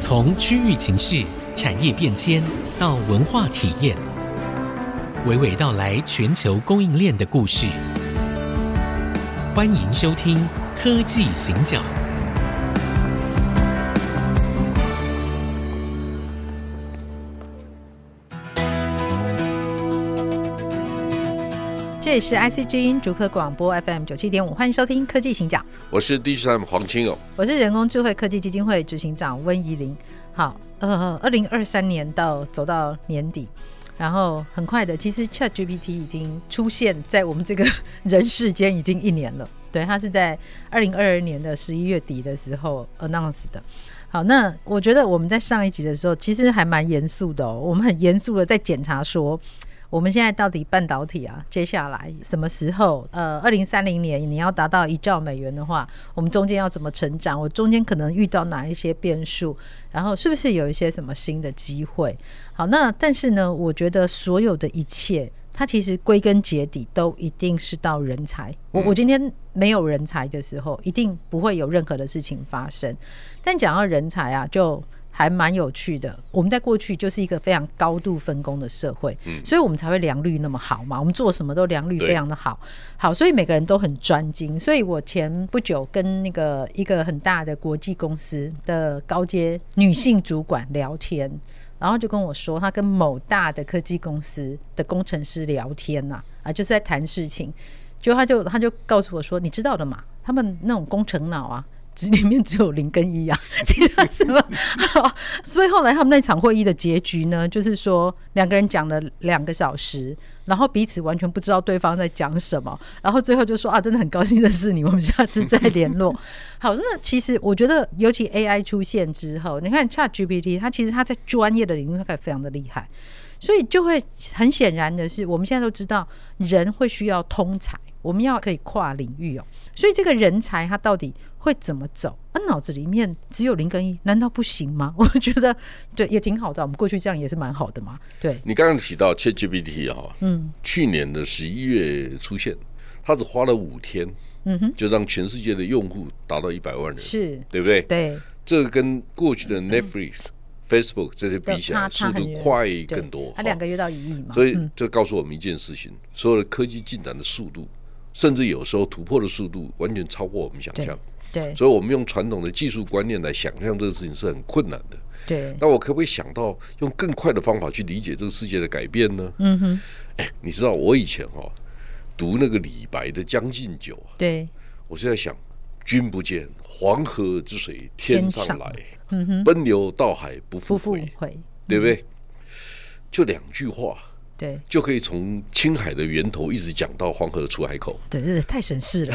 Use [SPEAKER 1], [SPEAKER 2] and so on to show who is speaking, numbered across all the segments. [SPEAKER 1] 从区域情势、产业变迁到文化体验，娓娓道来全球供应链的故事。欢迎收听《科技行脚》。
[SPEAKER 2] 这里是 IC 之音逐客广播 FM 九七点五，欢迎收听科技行讲，
[SPEAKER 3] 我是 D G M 黄哦清勇。
[SPEAKER 2] 我是人工智慧科技基金会执行长温怡玲。好，呃，二零二三年到走到年底，然后很快的，其实 Chat GPT 已经出现在我们这个 人世间已经一年了。对，它是在二零二二年的十一月底的时候 announce 的。好，那我觉得我们在上一集的时候，其实还蛮严肃的哦，我们很严肃的在检查说，我们现在到底半导体啊，接下来什么时候？呃，二零三零年你要达到一兆美元的话，我们中间要怎么成长？我中间可能遇到哪一些变数？然后是不是有一些什么新的机会？好，那但是呢，我觉得所有的一切，它其实归根结底都一定是到人才。我我今天没有人才的时候，一定不会有任何的事情发生。但讲到人才啊，就还蛮有趣的。我们在过去就是一个非常高度分工的社会，所以我们才会良率那么好嘛。我们做什么都良率非常的好，好，所以每个人都很专精。所以我前不久跟那个一个很大的国际公司的高阶女性主管聊天，然后就跟我说，她跟某大的科技公司的工程师聊天呐、啊，就是在谈事情。就他就他就告诉我说，你知道的嘛，他们那种工程脑啊，只里面只有零跟一啊，其他什么。好所以后来他们那场会议的结局呢，就是说两个人讲了两个小时，然后彼此完全不知道对方在讲什么，然后最后就说啊，真的很高兴认识你，我们下次再联络。好，那其实我觉得，尤其 AI 出现之后，你看 ChatGPT，它其实它在专业的领域它可以非常的厉害，所以就会很显然的是，我们现在都知道人会需要通才，我们要可以跨领域哦。所以这个人才他到底会怎么走？啊，脑子里面只有零跟一，难道不行吗？ 我觉得对，也挺好的啊。我们过去这样也是蛮好的嘛。对，
[SPEAKER 3] 你刚刚提到 ChatGPT 哈、嗯，去年的十一月出现，它只花了五天，嗯哼，就让全世界的用户达到一百万人，
[SPEAKER 2] 是，
[SPEAKER 3] 对不对？，
[SPEAKER 2] 对，嗯
[SPEAKER 3] 这个跟过去的 Netflix、Facebook 这些比起来，
[SPEAKER 2] 差
[SPEAKER 3] 速
[SPEAKER 2] 差很
[SPEAKER 3] 度
[SPEAKER 2] 远，
[SPEAKER 3] 快
[SPEAKER 2] 对
[SPEAKER 3] 更多，
[SPEAKER 2] 它两
[SPEAKER 3] 哈
[SPEAKER 2] 个月嗯到一亿嘛。
[SPEAKER 3] 所以这告诉我们一件事情：所有的科技进展的速度，甚至有时候突破的速度，完全超过我们想
[SPEAKER 2] 对
[SPEAKER 3] 象。
[SPEAKER 2] 对
[SPEAKER 3] 所以，我们用传统的技术观念来想象这个事情是很困难的。
[SPEAKER 2] 对，
[SPEAKER 3] 那我可不可以想到用更快的方法去理解这个世界的改变呢？嗯哼，哎，你知道我以前哈、读那个李白的《将进酒》啊，
[SPEAKER 2] 对，
[SPEAKER 3] 我就在想，君不见黄河之水天上来，
[SPEAKER 2] 嗯哼，
[SPEAKER 3] 奔流到海不
[SPEAKER 2] 不
[SPEAKER 3] 复
[SPEAKER 2] 复嗯
[SPEAKER 3] 回，
[SPEAKER 2] 回，
[SPEAKER 3] 对不对？就两句话
[SPEAKER 2] 对
[SPEAKER 3] 就可以从青海的源头一直讲到黄河出海口，
[SPEAKER 2] 对对，太省事 了，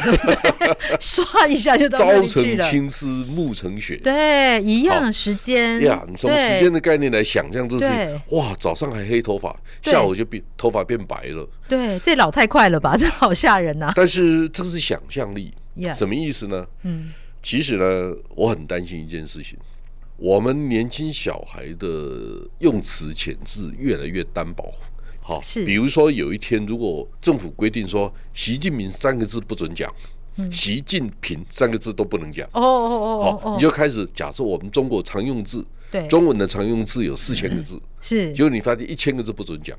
[SPEAKER 2] 刷一下就到那
[SPEAKER 3] 朝
[SPEAKER 2] 里去
[SPEAKER 3] 成
[SPEAKER 2] 了。
[SPEAKER 3] 青丝暮成雪。
[SPEAKER 2] 对，一样
[SPEAKER 3] 好
[SPEAKER 2] 时间
[SPEAKER 3] 呀，你从时间
[SPEAKER 2] 对
[SPEAKER 3] 的概念来想象这事
[SPEAKER 2] 对
[SPEAKER 3] 情，哇，早上还黑头发，
[SPEAKER 2] 对
[SPEAKER 3] 下午就变头发变白了，
[SPEAKER 2] 对，这老太快了吧？ 这好吓人呐！
[SPEAKER 3] 但是这是想象力
[SPEAKER 2] Yeah
[SPEAKER 3] 什么意思呢？
[SPEAKER 2] 嗯，
[SPEAKER 3] 其实呢，我很担心一件事情，我们年轻小孩的用词遣字越来越单薄。好，
[SPEAKER 2] 是
[SPEAKER 3] 比如说有一天，如果政府规定说习近平三个字不准讲，习近平三个字都不能讲，
[SPEAKER 2] 哦嗯哦哦
[SPEAKER 3] 好，
[SPEAKER 2] 哦
[SPEAKER 3] 你
[SPEAKER 2] 哦，
[SPEAKER 3] 就开始假设我们中国常用字，
[SPEAKER 2] 对，
[SPEAKER 3] 中文的常用字有四千个字，
[SPEAKER 2] 是
[SPEAKER 3] 结果你发现一千个字不准 讲，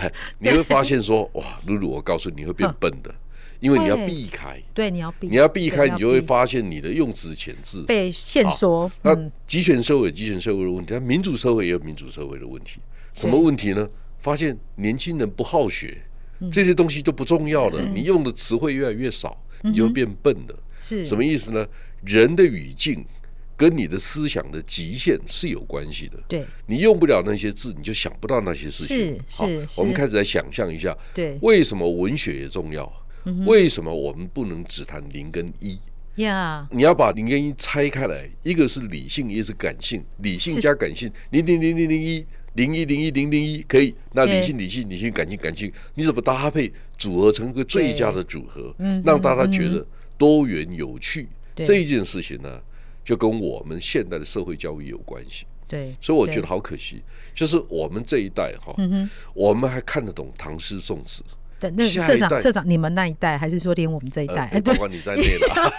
[SPEAKER 3] 哎你会发现说哇，露露，我告诉你你会变笨的，因为你要
[SPEAKER 2] 会
[SPEAKER 3] 避开，
[SPEAKER 2] 嗯对，你要避，
[SPEAKER 3] 你要避开，
[SPEAKER 2] 对
[SPEAKER 3] 你就会发现你的用词遣字。
[SPEAKER 2] 被限缩。
[SPEAKER 3] 那
[SPEAKER 2] 嗯，
[SPEAKER 3] 集权社会有集权社会的问题，那民主社会也有民主社会的问题。什么问题呢？发现年轻人不好学，
[SPEAKER 2] 嗯
[SPEAKER 3] 这些东西都不重要了，你用的词汇越来越少，你就会变笨了。
[SPEAKER 2] 嗯是
[SPEAKER 3] 什么意思呢？人的语境跟你的思想的极限是有关系的。
[SPEAKER 2] 对
[SPEAKER 3] 你用不了那些字，你就想不到那些事情。
[SPEAKER 2] 是
[SPEAKER 3] 好
[SPEAKER 2] 是是
[SPEAKER 3] 我们开始来想象一下，
[SPEAKER 2] 对嗯
[SPEAKER 3] 为什么文学也重要？为什么我们不能只谈零跟一？
[SPEAKER 2] 呀，
[SPEAKER 3] 你要把零跟一拆开来，一个是理性，一个是感性，理性
[SPEAKER 2] 是
[SPEAKER 3] 加感性，零零零零零一。零一零一零零一可以，那
[SPEAKER 2] 对
[SPEAKER 3] 理性理性理性感性感性，你怎么搭配组合成一个最佳的组合，
[SPEAKER 2] 嗯
[SPEAKER 3] 让大家觉得多元有趣？
[SPEAKER 2] 对
[SPEAKER 3] 这一件事情呢，就跟我们现代的社会教育有关系。
[SPEAKER 2] 对，
[SPEAKER 3] 所以我觉
[SPEAKER 2] 对嗯
[SPEAKER 3] 得好可惜，就是我们这一代哈，我们还看得懂唐诗宋词，
[SPEAKER 2] 对，那
[SPEAKER 3] 下
[SPEAKER 2] 社
[SPEAKER 3] 一代
[SPEAKER 2] 长社长，你们那一代，还是说连我们这一代？哎，
[SPEAKER 3] 呃包
[SPEAKER 2] 对，
[SPEAKER 3] 括你在内了，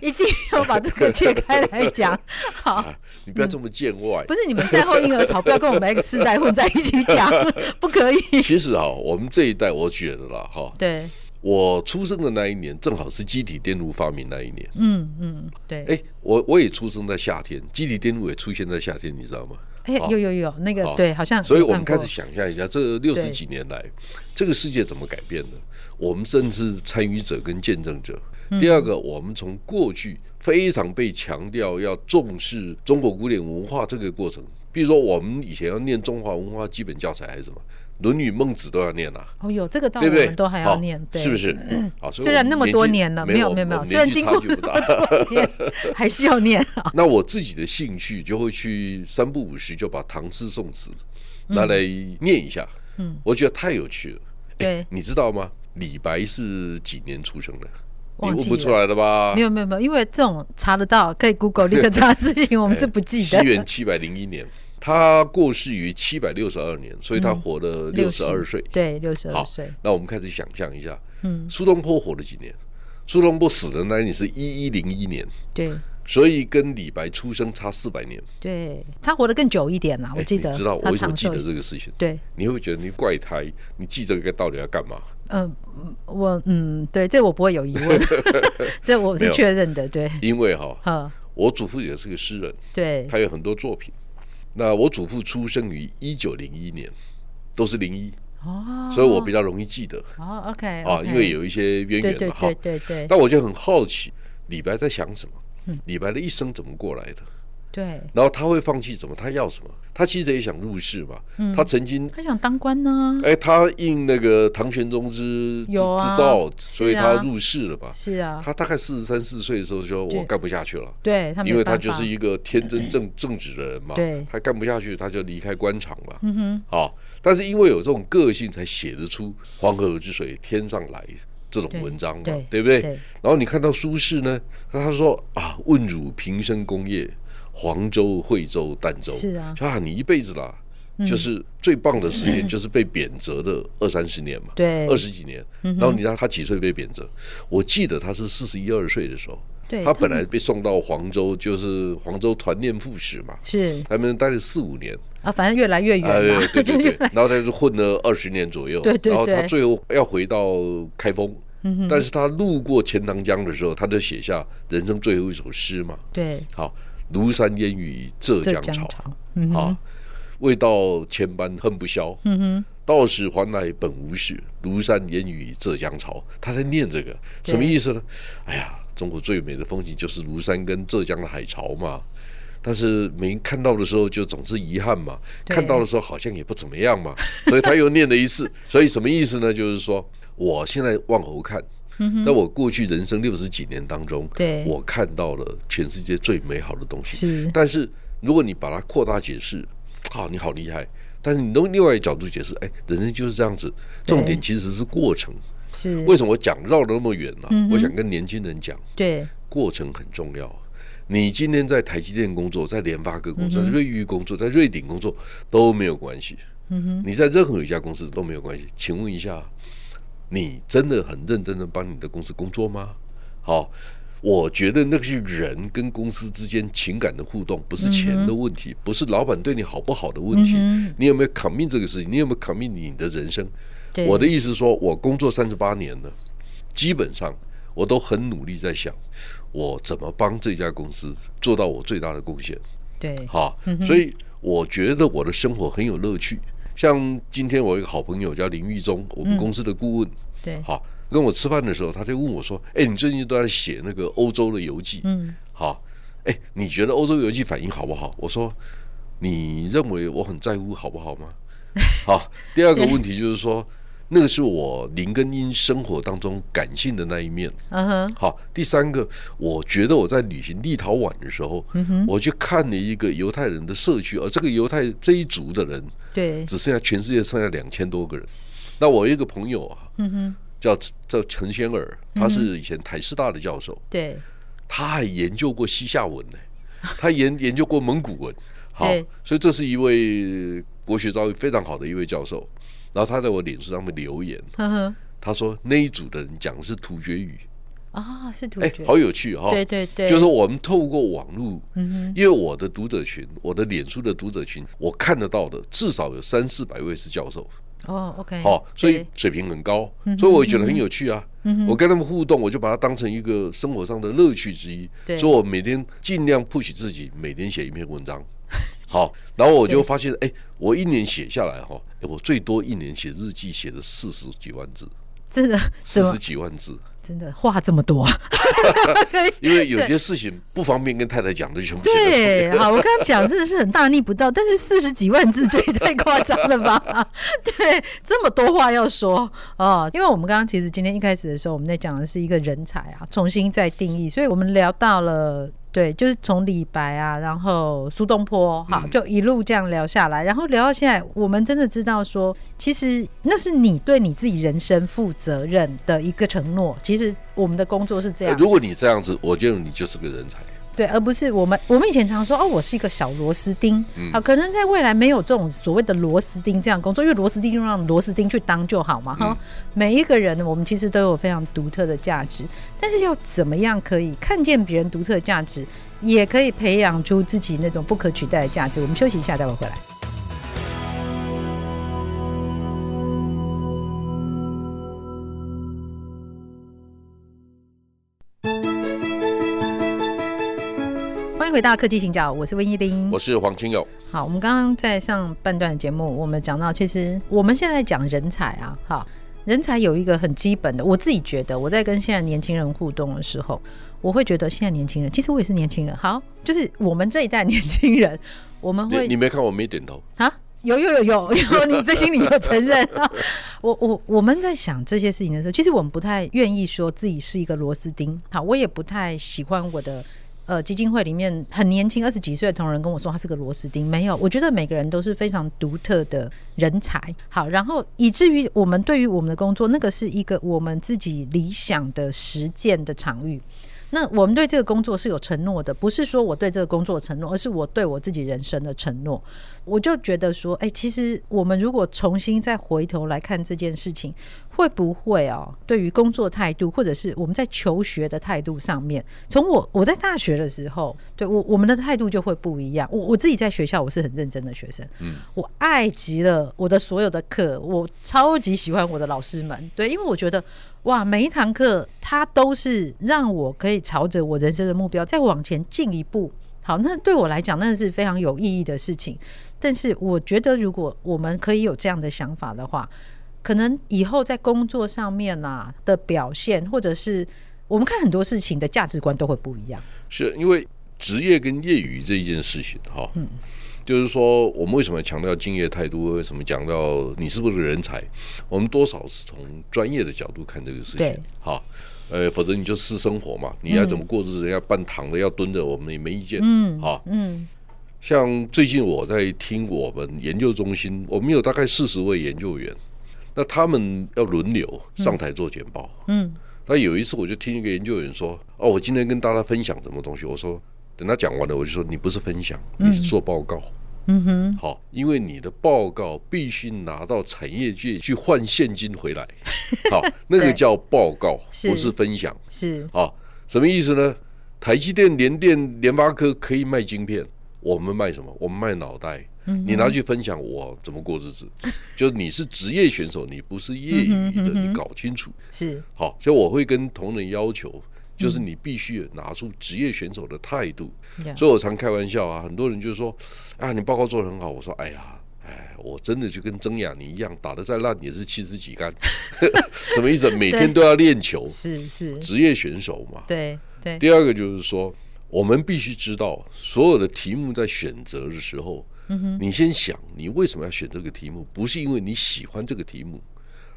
[SPEAKER 2] 一定要把这个切开来 讲。好，
[SPEAKER 3] 你不要这么见外
[SPEAKER 2] 嗯不。是你们在后婴儿潮，不要跟我们 X 世代混在一起 讲，不可以。
[SPEAKER 3] 其实哈，我们这一代我觉得啦哈，
[SPEAKER 2] 对，
[SPEAKER 3] 我出生的那一年正好是机体电路发明那一年。
[SPEAKER 2] 嗯嗯，对。
[SPEAKER 3] 哎，我我也出生在夏天，机体电路也出现在夏天，你知道吗？
[SPEAKER 2] 哎，
[SPEAKER 3] 好
[SPEAKER 2] 有有有，那个
[SPEAKER 3] 好
[SPEAKER 2] 对，好像
[SPEAKER 3] 所以我们
[SPEAKER 2] 有看
[SPEAKER 3] 开始
[SPEAKER 2] 过
[SPEAKER 3] 想象一下，这六十
[SPEAKER 2] 对
[SPEAKER 3] 几年来，这个世界怎么改变的？我们甚至参与者跟见证者。第二
[SPEAKER 2] 嗯
[SPEAKER 3] 个，我们从过去非常被强调要重视中国古典文化这个过程，比如说我们以前要念中华文化基本教材还是什么，《论语》《孟子》都要念啊。
[SPEAKER 2] 哦，有这个到我
[SPEAKER 3] 对不对？
[SPEAKER 2] 们都还要
[SPEAKER 3] 好
[SPEAKER 2] 念，对，
[SPEAKER 3] 是不？是？好，所以
[SPEAKER 2] 虽然那么多年了，
[SPEAKER 3] 没
[SPEAKER 2] 没有没有没有，虽然经过那么
[SPEAKER 3] 了。
[SPEAKER 2] 多年， 还是要念啊。
[SPEAKER 3] 那我自己的兴趣就会去三不五时就把唐诗宋词
[SPEAKER 2] 嗯
[SPEAKER 3] 拿来念一下，嗯，我觉得太有趣了。
[SPEAKER 2] 对，
[SPEAKER 3] 你知道吗？李白是几年出生的？你
[SPEAKER 2] 忘
[SPEAKER 3] 问
[SPEAKER 2] 记
[SPEAKER 3] 不出
[SPEAKER 2] 了
[SPEAKER 3] 来了吧
[SPEAKER 2] 没？有没有没有，因为这种查得到，可以 Google 立刻查的事 情，我们是不记
[SPEAKER 3] 西
[SPEAKER 2] 得。
[SPEAKER 3] 元哎七百零一年，他过世于七百六十二年，所以他活了六十二岁。
[SPEAKER 2] 对，嗯六十
[SPEAKER 3] 好
[SPEAKER 2] 二岁，，
[SPEAKER 3] 那我们开始想象一下，
[SPEAKER 2] 嗯，
[SPEAKER 3] 苏东坡活了几年？苏东坡死的那一年是一一零一年，
[SPEAKER 2] 对
[SPEAKER 3] 所以跟李白出生差四百年。
[SPEAKER 2] 对，他活得更久一点啦，我
[SPEAKER 3] 哎
[SPEAKER 2] 记得。
[SPEAKER 3] 你知道我
[SPEAKER 2] 他
[SPEAKER 3] 为什么
[SPEAKER 2] 长
[SPEAKER 3] 记
[SPEAKER 2] 寿
[SPEAKER 3] 得
[SPEAKER 2] 一点。
[SPEAKER 3] 这个事情？
[SPEAKER 2] 对，
[SPEAKER 3] 你会觉得你怪胎，你记这个到底要干嘛？
[SPEAKER 2] 嗯，我嗯，对，这我不会有疑 问，这我
[SPEAKER 3] 没
[SPEAKER 2] 是
[SPEAKER 3] 有
[SPEAKER 2] 确认的，对，
[SPEAKER 3] 因为哈，
[SPEAKER 2] 呵，
[SPEAKER 3] 我祖父也是个诗人，
[SPEAKER 2] 对，
[SPEAKER 3] 他有很多作品。那我祖父出生于一九零一年，都是零一，
[SPEAKER 2] 哦，
[SPEAKER 3] 所以我比较容易记得
[SPEAKER 2] 哦，OK，
[SPEAKER 3] 啊，因为有一些渊
[SPEAKER 2] 对
[SPEAKER 3] 源
[SPEAKER 2] 对
[SPEAKER 3] 嘛哈
[SPEAKER 2] 对。对对
[SPEAKER 3] 但我就很好奇，李白在想什么？
[SPEAKER 2] 嗯
[SPEAKER 3] 李白的一生怎么过来的？
[SPEAKER 2] 对，
[SPEAKER 3] 然后他会放弃什么？他要什么？他其实也想入仕嘛。
[SPEAKER 2] 嗯
[SPEAKER 3] 他曾经
[SPEAKER 2] 他想当官呢，
[SPEAKER 3] 哎，他应那个唐玄宗之之
[SPEAKER 2] 有啊
[SPEAKER 3] 之诏，
[SPEAKER 2] 是啊
[SPEAKER 3] 所以他入仕了吧？
[SPEAKER 2] 是啊，
[SPEAKER 3] 他大概四十三四岁的时候就说
[SPEAKER 2] 对
[SPEAKER 3] 我干不下去了，
[SPEAKER 2] 对他没
[SPEAKER 3] 因为他
[SPEAKER 2] 办
[SPEAKER 3] 就
[SPEAKER 2] 法
[SPEAKER 3] 是一个天真正正直的人嘛
[SPEAKER 2] 对，嗯
[SPEAKER 3] 他干不下去他就离开官场嘛，啊，但是因为有这种个性才写得出“黄河之水天上来”这种
[SPEAKER 2] 对
[SPEAKER 3] 文章嘛
[SPEAKER 2] 对，
[SPEAKER 3] 对不对
[SPEAKER 2] 对？
[SPEAKER 3] 然后你看到苏轼呢，他说啊，问汝平生功业，黄州、惠州、儋州，
[SPEAKER 2] 是啊嗯
[SPEAKER 3] 就啊，你一辈子啦。就是最棒的时间，就是被贬谪的二三十年嘛，
[SPEAKER 2] 对嗯
[SPEAKER 3] 二十几年。然后你知道他几岁被贬谪？我记得他是四十一二岁的时候，
[SPEAKER 2] 对
[SPEAKER 3] 他本
[SPEAKER 2] 们
[SPEAKER 3] 来被送到黄州，就是黄州团练副使嘛，
[SPEAKER 2] 是
[SPEAKER 3] 他们待了四五年，
[SPEAKER 2] 啊，反正越来越
[SPEAKER 3] 哎，
[SPEAKER 2] 远嘛，
[SPEAKER 3] 对
[SPEAKER 2] 就
[SPEAKER 3] 对
[SPEAKER 2] 越
[SPEAKER 3] 对，然后他就混了二十年左右，
[SPEAKER 2] 对对嗯
[SPEAKER 3] 然后他
[SPEAKER 2] 对
[SPEAKER 3] 最后要回到开封，但是他路过钱塘江的时候，他就写下人生最后一首诗嘛，
[SPEAKER 2] 对
[SPEAKER 3] 好，庐山烟雨 浙
[SPEAKER 2] 浙
[SPEAKER 3] 江
[SPEAKER 2] 江
[SPEAKER 3] 潮，
[SPEAKER 2] 潮，嗯
[SPEAKER 3] 啊，未到千般恨不消，
[SPEAKER 2] 嗯哼，
[SPEAKER 3] 到死还来本无事，庐山烟雨浙江潮。他在念这个
[SPEAKER 2] 对
[SPEAKER 3] 什么意思呢？哎呀，中国最美的风景就是庐山跟浙江的海潮嘛。但是没看到的时候就总是遗憾嘛，
[SPEAKER 2] 对
[SPEAKER 3] 看到的时候好像也不怎么样嘛，所以他又念了一 次。所以什么意思呢？就是说我现在往后看，在我过去人生六十几年当中，
[SPEAKER 2] 嗯对
[SPEAKER 3] 我看到了全世界最美好的东西。
[SPEAKER 2] 是
[SPEAKER 3] 但是如果你把它扩大解释，啊，你好厉害！但是你从另外一个角度解释，哎，人生就是这样子。
[SPEAKER 2] 对
[SPEAKER 3] 重点其实是过程。
[SPEAKER 2] 是，
[SPEAKER 3] 为什么我讲绕了那么远呢、我想跟年轻人讲，
[SPEAKER 2] 对
[SPEAKER 3] 过程很重要。啊你今天在台积电工作，在联发科工作，在瑞昱工作，在瑞鼎工作都没有关系。你在任何一家公司都没有关系。请问一下，你真的很认真的帮你的公司工作吗？好，我觉得那个是人跟公司之间情感的互动，不是钱的问题，不是老板对你好不好的问题。你有没有 commit 这个事情？你有没有 commit 你的人生？
[SPEAKER 2] 对，
[SPEAKER 3] 我的意思是说，我工作三十八年了，基本上我都很努力在想，我怎么帮这家公司做到我最大的贡献。
[SPEAKER 2] 对
[SPEAKER 3] 哈，所以我觉得我的生活很有乐趣。像今天我有一个好朋友叫林玉忠，我们公司的顾问，
[SPEAKER 2] 对
[SPEAKER 3] 好，跟我吃饭的时候，他就问我说：“哎、你最近都在写那个欧洲的游记，
[SPEAKER 2] 嗯，
[SPEAKER 3] 好，哎、你觉得欧洲游记反应好不好？”我说：“你认为我很在乎好不好吗？”好，第二个问题就是说，那个是我林根英生活当中感性的那一面。
[SPEAKER 2] 嗯哼，
[SPEAKER 3] 好，第三个，我觉得我在旅行立陶宛的时候，我去看了一个犹太人的社区，而这个犹太这一族的人
[SPEAKER 2] 对
[SPEAKER 3] 只剩下全世界剩下两千多个人。那我有一个朋友啊，
[SPEAKER 2] 嗯
[SPEAKER 3] 叫叫陈先尔，他是以前台师大的教授，
[SPEAKER 2] 对
[SPEAKER 3] 他还研究过西夏文呢、 他研研究过蒙古文。好
[SPEAKER 2] 对，
[SPEAKER 3] 所以这是一
[SPEAKER 2] 啊
[SPEAKER 3] 位国学造诣非常好的一位教授。然后他在我脸书上面留言，
[SPEAKER 2] 呵呵，
[SPEAKER 3] 他说那一组的人讲的是突厥语，
[SPEAKER 2] 啊、是突
[SPEAKER 3] 哎、
[SPEAKER 2] 厥，
[SPEAKER 3] 好有趣哈、
[SPEAKER 2] 对对对，
[SPEAKER 3] 就是我们透过网络，
[SPEAKER 2] 嗯哼，
[SPEAKER 3] 因为我的读者群，我的脸书的读者群，我看得到的至少有三四百位是教授，
[SPEAKER 2] 哦，OK，
[SPEAKER 3] 哦，所以
[SPEAKER 2] 对
[SPEAKER 3] 水平很高
[SPEAKER 2] 嗯哼，
[SPEAKER 3] 所以我觉得很有趣啊
[SPEAKER 2] 嗯哼。
[SPEAKER 3] 我跟他们互动，我就把它当成一个生活上的乐趣之一
[SPEAKER 2] 对，
[SPEAKER 3] 所以我每天尽量 push 自己，每天写一篇 文章。好，然后我就发现，哎，我一年写下来哈，哎我最多一年写日记写了四十几万字，
[SPEAKER 2] 真的怎
[SPEAKER 3] 四
[SPEAKER 2] 么
[SPEAKER 3] 十几万字，
[SPEAKER 2] 真的话这么 多？
[SPEAKER 3] 因为有些事情不方便跟太太讲的，就全部写在
[SPEAKER 2] 对，好，我刚刚讲真的是很大逆不道，但是四十几万字这也太夸张了吧？ 对，这么多话要说哦，因为我们刚刚其实今天一开始的时候，我们在讲的是一个人才啊，重新再定义，所以我们聊到了。对，就是从李白啊，然后苏东坡，哈，
[SPEAKER 3] 嗯
[SPEAKER 2] 就一路这样聊下来，然后聊到现在，我们真的知道说，其实那是你对你自己人生负责任的一个承诺。其实我们的工作是这样
[SPEAKER 3] 哎，如果你这样子，我觉得你就是个人才。
[SPEAKER 2] 对，而不是我们我们以前常说哦，我是一个小螺丝钉
[SPEAKER 3] 嗯
[SPEAKER 2] 啊，可能在未来没有这种所谓的螺丝钉这样工作，因为螺丝钉就让螺丝钉去当就好嘛哈。
[SPEAKER 3] 嗯
[SPEAKER 2] 每一个人我们其实都有非常独特的价值，但是要怎么样可以看见别人独特的价值，也可以培养出自己那种不可取代的价值。我们休息一下，待会儿回来。欢迎回到科技行脚，我是温依玲，
[SPEAKER 3] 我是黄清友，
[SPEAKER 2] 好，我们刚刚在上半段的节目，我们讲到，其实我们现在讲人才啊，哈，人才有一个很基本的，我自己觉得，我在跟现在年轻人互动的时候，我会觉得现在年轻人，其实我也是年轻人，好，就是我们这一代年轻人，我们
[SPEAKER 3] 你
[SPEAKER 2] 会
[SPEAKER 3] 你没看我没点头，
[SPEAKER 2] 啊，有有有有有，你在心里有承认。 我我我们在想这些事情的时候，其实我们不太愿意说自己是一个螺丝钉。好，我也不太喜欢我的。呃，基金会里面很年轻，二十几岁的同仁跟我说他是个螺丝钉，没有。我觉得每个人都是非常独特的人才。好，然后以至于我们对于我们的工作，那个是一个我们自己理想的实践的场域。那我们对这个工作是有承诺的，不是说我对这个工作的承诺，而是我对我自己人生的承诺。我就觉得说，哎、其实我们如果重新再回头来看这件事情，会不会哦，对于工作态度，或者是我们在求学的态度上面，从我我在大学的时候，对我我们的态度就会不一样。我我自己在学校我是很认真的学生，嗯，我爱极了我的所有的课，我超级喜欢我的老师们，对，因为我觉得哇，每一堂课它都是让我可以朝着我人生的目标再往前进一步。好，那对我来讲，那是非常有意义的事情。但是我觉得，如果我们可以有这样的想法的话，可能以后在工作上面啊的表现，或者是我们看很多事情的价值观都会不一样。
[SPEAKER 3] 是因为职业跟业余这一件事情哈，
[SPEAKER 2] 嗯
[SPEAKER 3] 就是说我们为什么强调敬业态度，为什么强调你是不是人才，我们多少是从专业的角度看这个事
[SPEAKER 2] 对
[SPEAKER 3] 情，哈。呃，否则你就私生活嘛，你要怎么过日子，要半躺着，要蹲着，我们也没意见。嗯，好，
[SPEAKER 2] 嗯，
[SPEAKER 3] 像最近我在听我们研究中心，我们有大概四十位研究员，那他们要轮流上台做简报。
[SPEAKER 2] 嗯，
[SPEAKER 3] 那有一次我就听一个研究员说：“哦，我今天跟大家分享什么东西？”我说：“等他讲完了，我就说你不是分享，你是做报告。
[SPEAKER 2] 嗯哼，
[SPEAKER 3] 好，因为你的报告必须拿到产业界去换现金 回来。好，那个
[SPEAKER 2] 对
[SPEAKER 3] 叫报告，
[SPEAKER 2] 是
[SPEAKER 3] 不是分享。
[SPEAKER 2] 是
[SPEAKER 3] 啊，什么意思呢？台积电、联电、联发科可以卖晶片，我们卖什么？我们卖脑袋。你拿去分享我怎么过日子， 就是你是职业选手，你不是业余的，你搞清楚。
[SPEAKER 2] 是，
[SPEAKER 3] 好，所以我会跟同仁要求，就是你必须拿出职业选手的态度。
[SPEAKER 2] 呀
[SPEAKER 3] 所以我常开玩笑啊，很多人就说啊，你报告做得很好。我说，哎呀。哎，我真的就跟曾雅妮一样，打得再烂也是七十几杆， 什么意思？每天都要练球，
[SPEAKER 2] 是是，
[SPEAKER 3] 职业选手嘛。
[SPEAKER 2] 对对，
[SPEAKER 3] 第二个就是说，我们必须知道所有的题目在选择的时候，
[SPEAKER 2] 嗯
[SPEAKER 3] 你先想你为什么要选这个题目，不是因为你喜欢这个题目，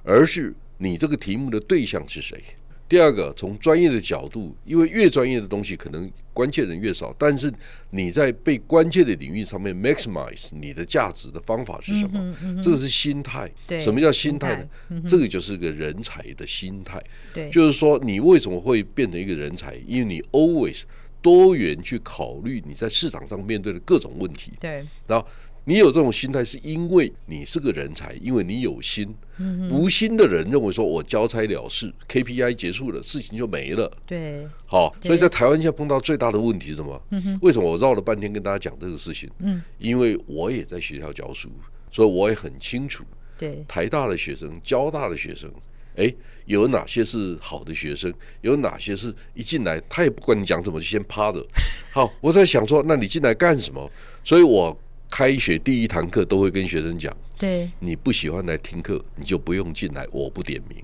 [SPEAKER 3] 而是你这个题目的对象是谁。第二个，从专业的角度，因为越专业的东西可能关切人越少，但是你在被关切的领域上面 maximize 你的价值的方法是什么？
[SPEAKER 2] 嗯
[SPEAKER 3] 这个是心态
[SPEAKER 2] 对。
[SPEAKER 3] 什么叫心态呢
[SPEAKER 2] 心？
[SPEAKER 3] 这个就是个人才的心态。
[SPEAKER 2] 对，
[SPEAKER 3] 就是说，你为什么会变成一个人才？因为你 always 多元去考虑你在市场上面对的各种问题，
[SPEAKER 2] 对
[SPEAKER 3] 然后你有这种心态，是因为你是个人才，因为你有心。
[SPEAKER 2] 嗯
[SPEAKER 3] 无心的人认为说，我交差了事，KPI 结束了，事情就没了。
[SPEAKER 2] 对，
[SPEAKER 3] 好，
[SPEAKER 2] 对
[SPEAKER 3] 所以在台湾现在碰到最大的问题是什么？为什么我绕了半天跟大家讲这个事情？
[SPEAKER 2] 嗯，
[SPEAKER 3] 因为我也在学校教书，所以我也很清楚
[SPEAKER 2] 对，
[SPEAKER 3] 台大的学生、交大的学生，诶，有哪些是好的学生，有哪些是一进来他也不管你讲什么，就先趴着。好，我在想说，那你进来干什么？所以我开学第一堂课都会跟学生讲，
[SPEAKER 2] 对，
[SPEAKER 3] 你不喜欢来听课，你就不用进来，我不点名。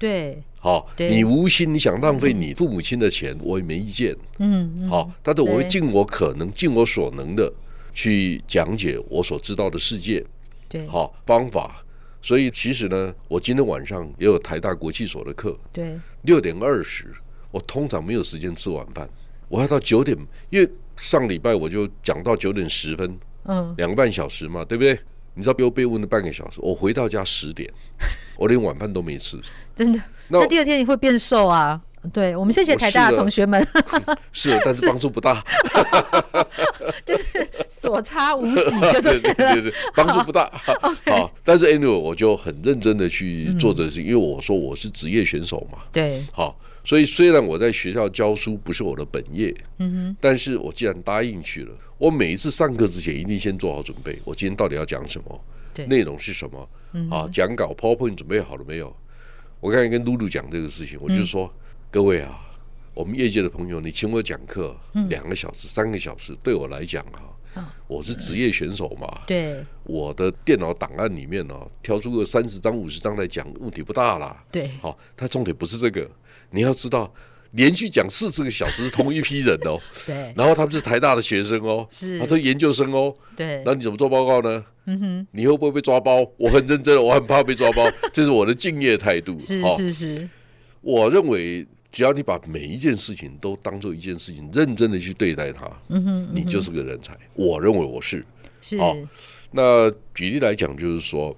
[SPEAKER 2] 对，
[SPEAKER 3] 好，
[SPEAKER 2] 对
[SPEAKER 3] 你无心，你想浪费你父母亲的钱，我也没意见。
[SPEAKER 2] 嗯，嗯
[SPEAKER 3] 好，但是我会
[SPEAKER 2] 对
[SPEAKER 3] 尽我可能、尽我所能的去讲解我所知道的世界，
[SPEAKER 2] 对，
[SPEAKER 3] 好方法。所以其实呢，我今天晚上也有台大国际所的课，
[SPEAKER 2] 对，
[SPEAKER 3] 六点二十，我通常没有时间吃晚饭，我要到九点，因为上礼拜我就讲到九点十分，
[SPEAKER 2] 嗯，
[SPEAKER 3] 两个半小时嘛，对不对？你知道被我被问了半个小时，我回到家十点，我连晚饭都没吃，
[SPEAKER 2] 真的。
[SPEAKER 3] 那
[SPEAKER 2] 那第二天你会变瘦啊？对，我们谢谢台大的同学们，
[SPEAKER 3] 是，但是帮助不大，
[SPEAKER 2] 就是所差无几，就 对
[SPEAKER 3] 对对
[SPEAKER 2] 了。
[SPEAKER 3] 对对，帮助不大。 好，但是 anyway，我就很认真的去做这事，情，因为我说我是职业选手嘛。
[SPEAKER 2] 对，
[SPEAKER 3] 好，所以虽然我在学校教书不是我的本业，嗯哼，但是我既然答应去了，我每一次上课之前一定先做好准备，我今天到底要讲什么
[SPEAKER 2] 对，
[SPEAKER 3] 内容是什么，啊，讲稿 PowerPoint 准备好了没有？我刚才跟露露讲这个事情，我就说、各位啊，我们业界的朋友，你请我讲课、两个小时、三个小时，对我来讲啊，我是职业选手嘛，
[SPEAKER 2] 对，
[SPEAKER 3] 我的电脑档案里面呢、哦，挑出个三十张、五十张来讲，问题不大啦。
[SPEAKER 2] 对
[SPEAKER 3] 好、它重点不是这个，你要知道，连续讲四十个小时是同一批人 哦，
[SPEAKER 2] 对，
[SPEAKER 3] 然后他们是台大的学生哦，
[SPEAKER 2] 是
[SPEAKER 3] 他说研究生哦，
[SPEAKER 2] 对
[SPEAKER 3] 那，你怎么做报告呢？嗯哼，你会不会被抓包？我很认真，我很怕被抓 包，这是我的敬业态度。
[SPEAKER 2] 是
[SPEAKER 3] 好
[SPEAKER 2] 是是，
[SPEAKER 3] 我认为，只要你把每一件事情都当做一件事情，认真的去对待它，嗯哼，你就是个人才。我认为我是。
[SPEAKER 2] 是，
[SPEAKER 3] 好那举例来讲，就是说，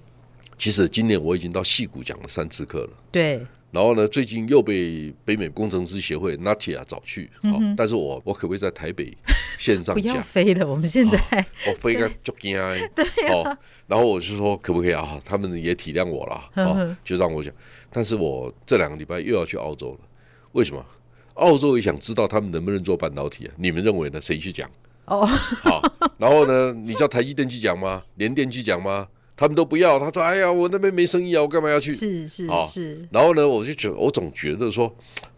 [SPEAKER 3] 其实今年我已经到戏谷讲了三次课了。
[SPEAKER 2] 对，
[SPEAKER 3] 然后呢，最近又被北美工程师协会 Natia 找去，好、但是我我可不可以在台北线上
[SPEAKER 2] 嗯 不
[SPEAKER 3] 讲
[SPEAKER 2] 要？啊飞了，我们现在
[SPEAKER 3] 我非常就惊哎，
[SPEAKER 2] 啊
[SPEAKER 3] 哦，然后我就说可不可以啊？他们也体谅我了，
[SPEAKER 2] 呵呵
[SPEAKER 3] 哦，就让我讲。但是我这两个礼拜又要去澳洲了，为什么？澳洲也想知道他们能不能做半导体啊？你们认为呢？谁去讲？
[SPEAKER 2] 哦，
[SPEAKER 3] 好，然后呢，你叫台积电去讲吗？联电去讲吗？他们都不要。他说：“哎呀，我那边没生意啊，我干嘛要去
[SPEAKER 2] 是是
[SPEAKER 3] 好
[SPEAKER 2] 是？”，
[SPEAKER 3] 然后呢，我就觉我总觉得说，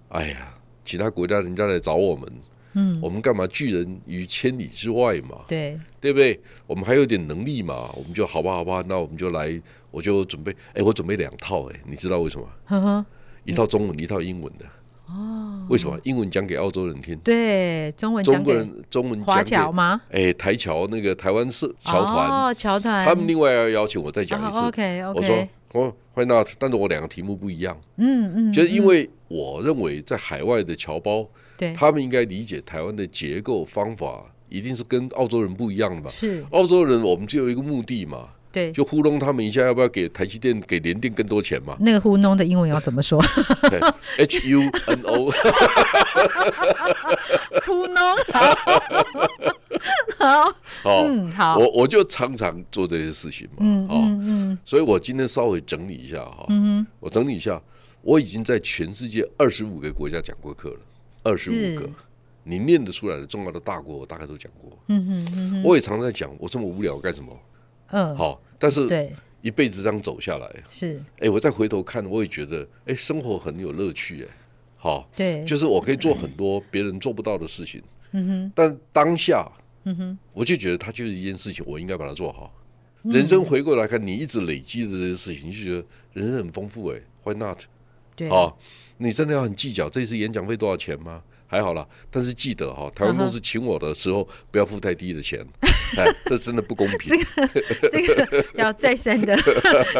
[SPEAKER 3] 哎呀，其他国家人家来找我们，嗯，我们干嘛拒人于千里之外嘛？
[SPEAKER 2] 对，
[SPEAKER 3] 对不对？我们还有点能力嘛，我们就好吧，好吧，那我们就来，我就准备，哎，我准备两套，哎，你知道为什么？
[SPEAKER 2] 呵呵，
[SPEAKER 3] 一套中文，一套英文的。哦，为什么？英文讲给澳洲人听，
[SPEAKER 2] 对，中文
[SPEAKER 3] 中
[SPEAKER 2] 讲
[SPEAKER 3] 国
[SPEAKER 2] 给
[SPEAKER 3] 人中文
[SPEAKER 2] 华
[SPEAKER 3] 讲给
[SPEAKER 2] 侨吗？
[SPEAKER 3] 哎台侨那个台湾社侨团，
[SPEAKER 2] 哦，啊侨团，
[SPEAKER 3] 他们另外要邀请我再讲一次。
[SPEAKER 2] OK
[SPEAKER 3] 我说
[SPEAKER 2] OK，
[SPEAKER 3] 哦，Why not？但是我两个题目不一样，
[SPEAKER 2] 嗯嗯，
[SPEAKER 3] 就是因为我认为在海外的侨胞，
[SPEAKER 2] 对，
[SPEAKER 3] 他们应该理解台湾的结构方法，一定是跟澳洲人不一样的嘛。
[SPEAKER 2] 是，
[SPEAKER 3] 澳洲人我们只有一个目的嘛，
[SPEAKER 2] 对，
[SPEAKER 3] 就糊弄他们一下，要不要给台积电、给联电更多钱嘛
[SPEAKER 2] 那个糊弄的英文要怎么说？
[SPEAKER 3] ？H U N O，
[SPEAKER 2] 糊弄， 好，好，
[SPEAKER 3] 好，
[SPEAKER 2] 嗯，好，
[SPEAKER 3] 哦我哦我就常常做这些事情嘛，
[SPEAKER 2] 嗯
[SPEAKER 3] 好
[SPEAKER 2] 嗯嗯，
[SPEAKER 3] 所以我今天稍微整理一下哈，我整理一下，我已经在全世界二十五个国家讲过课了，二十
[SPEAKER 2] 是
[SPEAKER 3] 五个，你念得出来的重要的大国，我大概都讲过。
[SPEAKER 2] 嗯嗯嗯
[SPEAKER 3] 我也常在讲，我这么无聊干什么？
[SPEAKER 2] 嗯，
[SPEAKER 3] 好，但是
[SPEAKER 2] 对，
[SPEAKER 3] 一辈子这样走下来，
[SPEAKER 2] 是，
[SPEAKER 3] 哎，我再回头看，我也觉得，哎，生活很有乐趣，哎，好，
[SPEAKER 2] 对，
[SPEAKER 3] 就是我可以做很多别人做不到的事情。嗯哼，但当下，嗯哼，我就觉得它就是一件事情，我应该把它做好。人生回过来看，你一直累积的这些事情，你就觉得人生很丰富哎、w h y not？
[SPEAKER 2] 对，
[SPEAKER 3] 啊，你真的要很计较这次演讲费多少钱吗？还好啦，但是记得哈、台湾公司请我的时候不要付太低的钱，哎，这真的不公平。
[SPEAKER 2] 这个要再三 的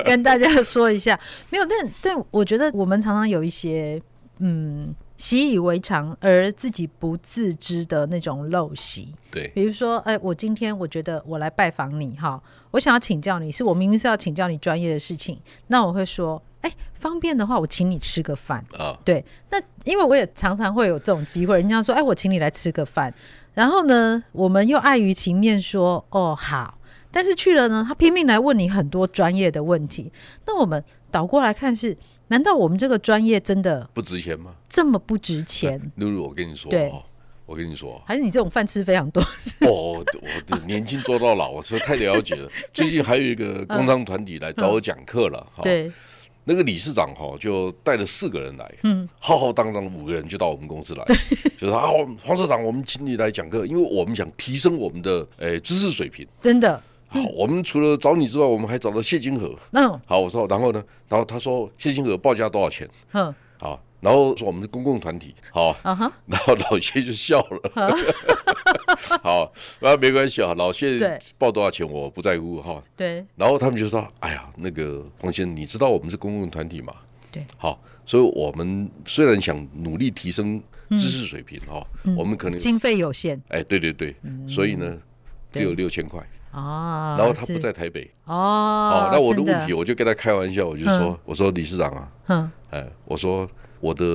[SPEAKER 2] 跟大家说一下，没有，但但我觉得我们常常有一些嗯习以为常而自己不自知的那种陋习，
[SPEAKER 3] 对，
[SPEAKER 2] 比如说，哎，我今天我觉得我来拜访你哈，我想要请教你，是我明明是要请教你专业的事情，那我会说，哎，方便的话我请你吃个饭，
[SPEAKER 3] 啊，
[SPEAKER 2] 对，那因为我也常常会有这种机会，人家说，哎，我请你来吃个饭，然后呢，我们又碍于情面说，哦，好。但是去了呢，他拼命来问你很多专业的问题。那我们倒过来看是，难道我们这个专业真的
[SPEAKER 3] 不值钱吗？
[SPEAKER 2] 这么不值钱？
[SPEAKER 3] 露露，我跟你说
[SPEAKER 2] 对
[SPEAKER 3] 哦，我跟你说
[SPEAKER 2] 还是你这种饭吃非常多？
[SPEAKER 3] 哦，我我年轻做到老，我实在太了 解了。最近还有一个工商团体来找我讲课了，
[SPEAKER 2] 嗯
[SPEAKER 3] 哈、
[SPEAKER 2] 对，
[SPEAKER 3] 那个理事长哈、就带了四个人来，嗯，浩浩荡荡的五个人就到我们 公司来，就是啊，黄社长，我们请你来讲课，因为我们想提升我们的诶知识水平。
[SPEAKER 2] 真的，
[SPEAKER 3] 好，我们除了找你之外，我们还找到谢金河。
[SPEAKER 2] 嗯
[SPEAKER 3] 好，我说，然后呢？然后他说谢金河报价多少钱？
[SPEAKER 2] 哼，
[SPEAKER 3] 好，然后说我们是公共团体，好，
[SPEAKER 2] 啊哈，
[SPEAKER 3] 然后老谢就笑了。 好，那没关系啊，老谢
[SPEAKER 2] 对
[SPEAKER 3] 报多少钱我不在乎哈。
[SPEAKER 2] 对
[SPEAKER 3] 然后他们就说：“哎呀，那个黄先生，你知道我们是公共团体嘛？
[SPEAKER 2] 对，
[SPEAKER 3] 好，所以我们虽然想努力提升
[SPEAKER 2] 嗯
[SPEAKER 3] 知识水平哈、我们可能
[SPEAKER 2] 经费有限
[SPEAKER 3] 哎，对对对，所以呢。”只有六千块，
[SPEAKER 2] 嗯啊，
[SPEAKER 3] 然后他
[SPEAKER 2] 是
[SPEAKER 3] 不在台北。
[SPEAKER 2] 哦，
[SPEAKER 3] 那我的
[SPEAKER 2] 真
[SPEAKER 3] 问题，我就跟他开玩笑，我就说：“我说理事长啊，
[SPEAKER 2] 嗯，
[SPEAKER 3] 哎，我说我的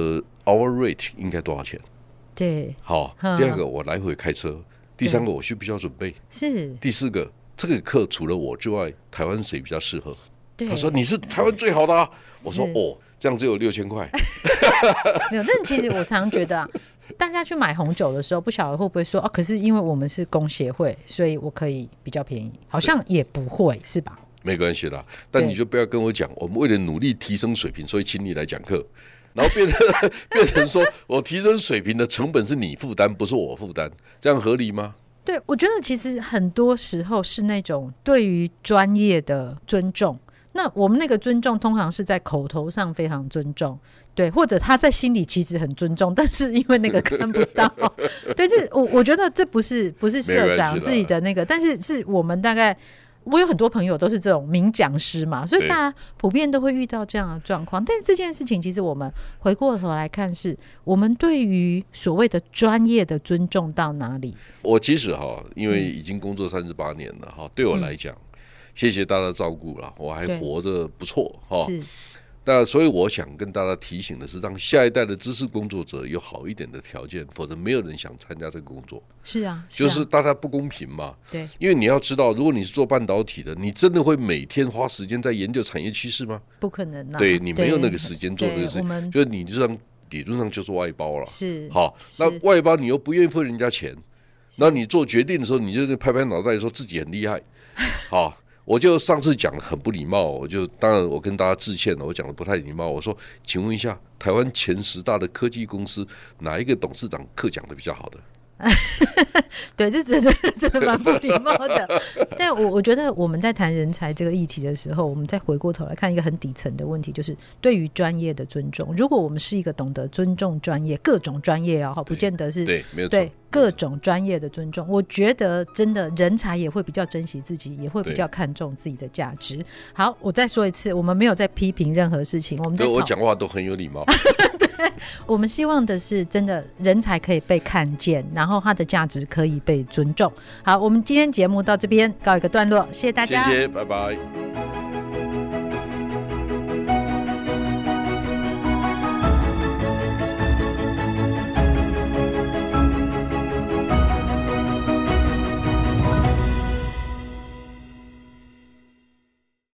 [SPEAKER 3] hour rate 应该多少钱？
[SPEAKER 2] 对，
[SPEAKER 3] 好，
[SPEAKER 2] 嗯
[SPEAKER 3] 第二个我来回开车，第三个我需不需要准备？
[SPEAKER 2] 是，
[SPEAKER 3] 第四个这个课除了我之外，台湾谁比较适合？
[SPEAKER 2] 对，
[SPEAKER 3] 他说你是台湾最好的、啊，我说
[SPEAKER 2] 是
[SPEAKER 3] 哦，这样只有六 千块，
[SPEAKER 2] 没有，但其实我常常觉得啊，大家去买红酒的时候，不晓得会不会说哦，可是因为我们是工协会，所以我可以比较便宜，好像也不会是吧？
[SPEAKER 3] 没关系啦。但
[SPEAKER 2] 对
[SPEAKER 3] 你就不要跟我讲，我们为了努力提升水平，所以请你来讲课。然后变成 变成说，我提升水平的成本是你负担，不是我负担，这样合理吗？
[SPEAKER 2] 对，我觉得其实很多时候是那种对于专业的尊重。那我们那个尊重，通常是在口头上非常尊重，对，或者他在心里其实很尊重，但是因为那个看不到， 对，这我我觉得这不是不是
[SPEAKER 3] 没关
[SPEAKER 2] 社
[SPEAKER 3] 系
[SPEAKER 2] 长
[SPEAKER 3] 啦
[SPEAKER 2] 自己的那个，但是是我们大概。我有很多朋友都是这种名讲师嘛，所以
[SPEAKER 3] 对
[SPEAKER 2] 大家普遍都会遇到这样的状况。但是这件事情，其实我们回过头来看是，我们对于所谓的专业的尊重到哪里？
[SPEAKER 3] 我其实哈，因为已经工作三十八年了哈，对我来讲，谢谢大家照顾啦，我还
[SPEAKER 2] 嗯对
[SPEAKER 3] 活得不错哈。
[SPEAKER 2] 是
[SPEAKER 3] 那所以我想跟大家提醒的是，让下一代的知识工作者有好一点的条件，否则没有人想参加这个工作，
[SPEAKER 2] 是啊，
[SPEAKER 3] 就
[SPEAKER 2] 啊
[SPEAKER 3] 是大家不公平嘛。
[SPEAKER 2] 对，
[SPEAKER 3] 因为你要知道，如果你是做半导体的，你真的会每天花时间在研究产业趋势吗？
[SPEAKER 2] 不可能啊。
[SPEAKER 3] 对你没有那个时间做
[SPEAKER 2] 对
[SPEAKER 3] 这个事
[SPEAKER 2] 我们
[SPEAKER 3] 情，就是你这样理论上就是外包了。
[SPEAKER 2] 是
[SPEAKER 3] 好，
[SPEAKER 2] 是
[SPEAKER 3] 那外包你又不愿意付人家钱，那你做决定的时候，你就是拍拍脑袋说自己很 厉害。好，我就上次讲得很不礼貌，我就当然我跟大家致歉了，我讲的不太礼貌。我说，请问一下，台湾前十大的科技公司哪一个董事长课讲的比较好的？
[SPEAKER 2] 对，这真的 真的蛮不礼貌的。 但我我觉得我们在谈人才这个议题的时候，我们再回过头来看一个很底层的问题，就是对于专业的尊重。如果我们是一个懂得尊重专业各种专业哦，好不见得是
[SPEAKER 3] 对，没有错
[SPEAKER 2] 对。各种专业的尊重，我觉得真的人才也会比较珍惜自己，也会比
[SPEAKER 3] 对
[SPEAKER 2] 较看重自己的价值。好，我再说一次，我们没有在批评任何事情，我们在
[SPEAKER 3] 对
[SPEAKER 2] 讨
[SPEAKER 3] 我讲话都很有礼貌，
[SPEAKER 2] 我们希望的是，真的人才可以被看见，然后他的价值可 以被尊重。好，我们今天节目到这边告一个段落，谢谢大
[SPEAKER 3] 谢
[SPEAKER 2] 家。
[SPEAKER 3] 谢，拜拜。